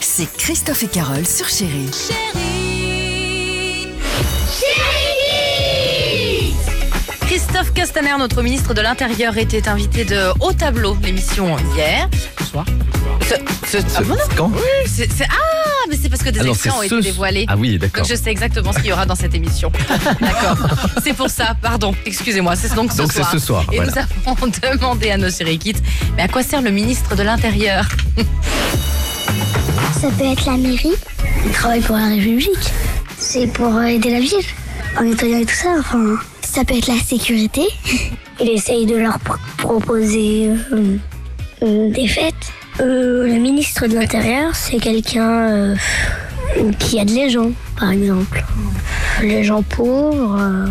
C'est Christophe et Carole sur Chérie. Christophe Castaner, notre ministre de l'Intérieur, était invité de Au Tableau, l'émission hier. Ce soir. Ce, ah, bon, non C'est- c'est- ah, mais c'est parce que des Ah non, extraits c'est ont ce- été dévoilés. Ah oui, Donc d'accord. je sais exactement ce qu'il y aura dans cette émission. D'accord. C'est pour ça, pardon, excusez-moi. C'est donc ce Donc c'est soir. ce soir, Et voilà. nous avons demandé à nos chériquites, mais à quoi sert le ministre de l'Intérieur Ça peut être la mairie. Il travaille pour la République. C'est pour euh, aider la ville. En nettoyant et tout ça, enfin. Ça peut être la sécurité. Il essaye de leur pro- proposer euh, euh, des fêtes. Euh, le ministre de l'Intérieur, c'est quelqu'un euh, qui aide les gens, par exemple. Les gens pauvres. euh,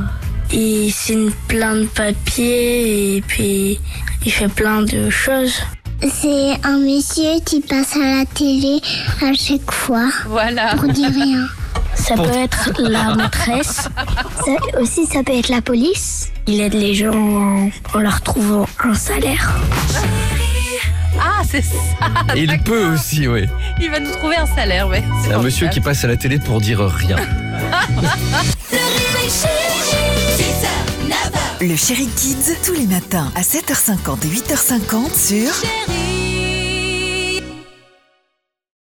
il signe plein de papiers et puis il fait plein de choses. C'est un monsieur qui passe à la télé à chaque fois. Voilà. On dit rien. Ça peut être la maîtresse. Ça, aussi, ça peut être la police. Il aide les gens en, en leur trouvant un salaire. Ah, c'est ça. Il peut aussi, oui. Il va nous trouver un salaire, ouais. C'est Un formidable. monsieur qui passe à la télé pour dire rien. Le Chéri Kids, tous les matins à 7h50 et 8h50 sur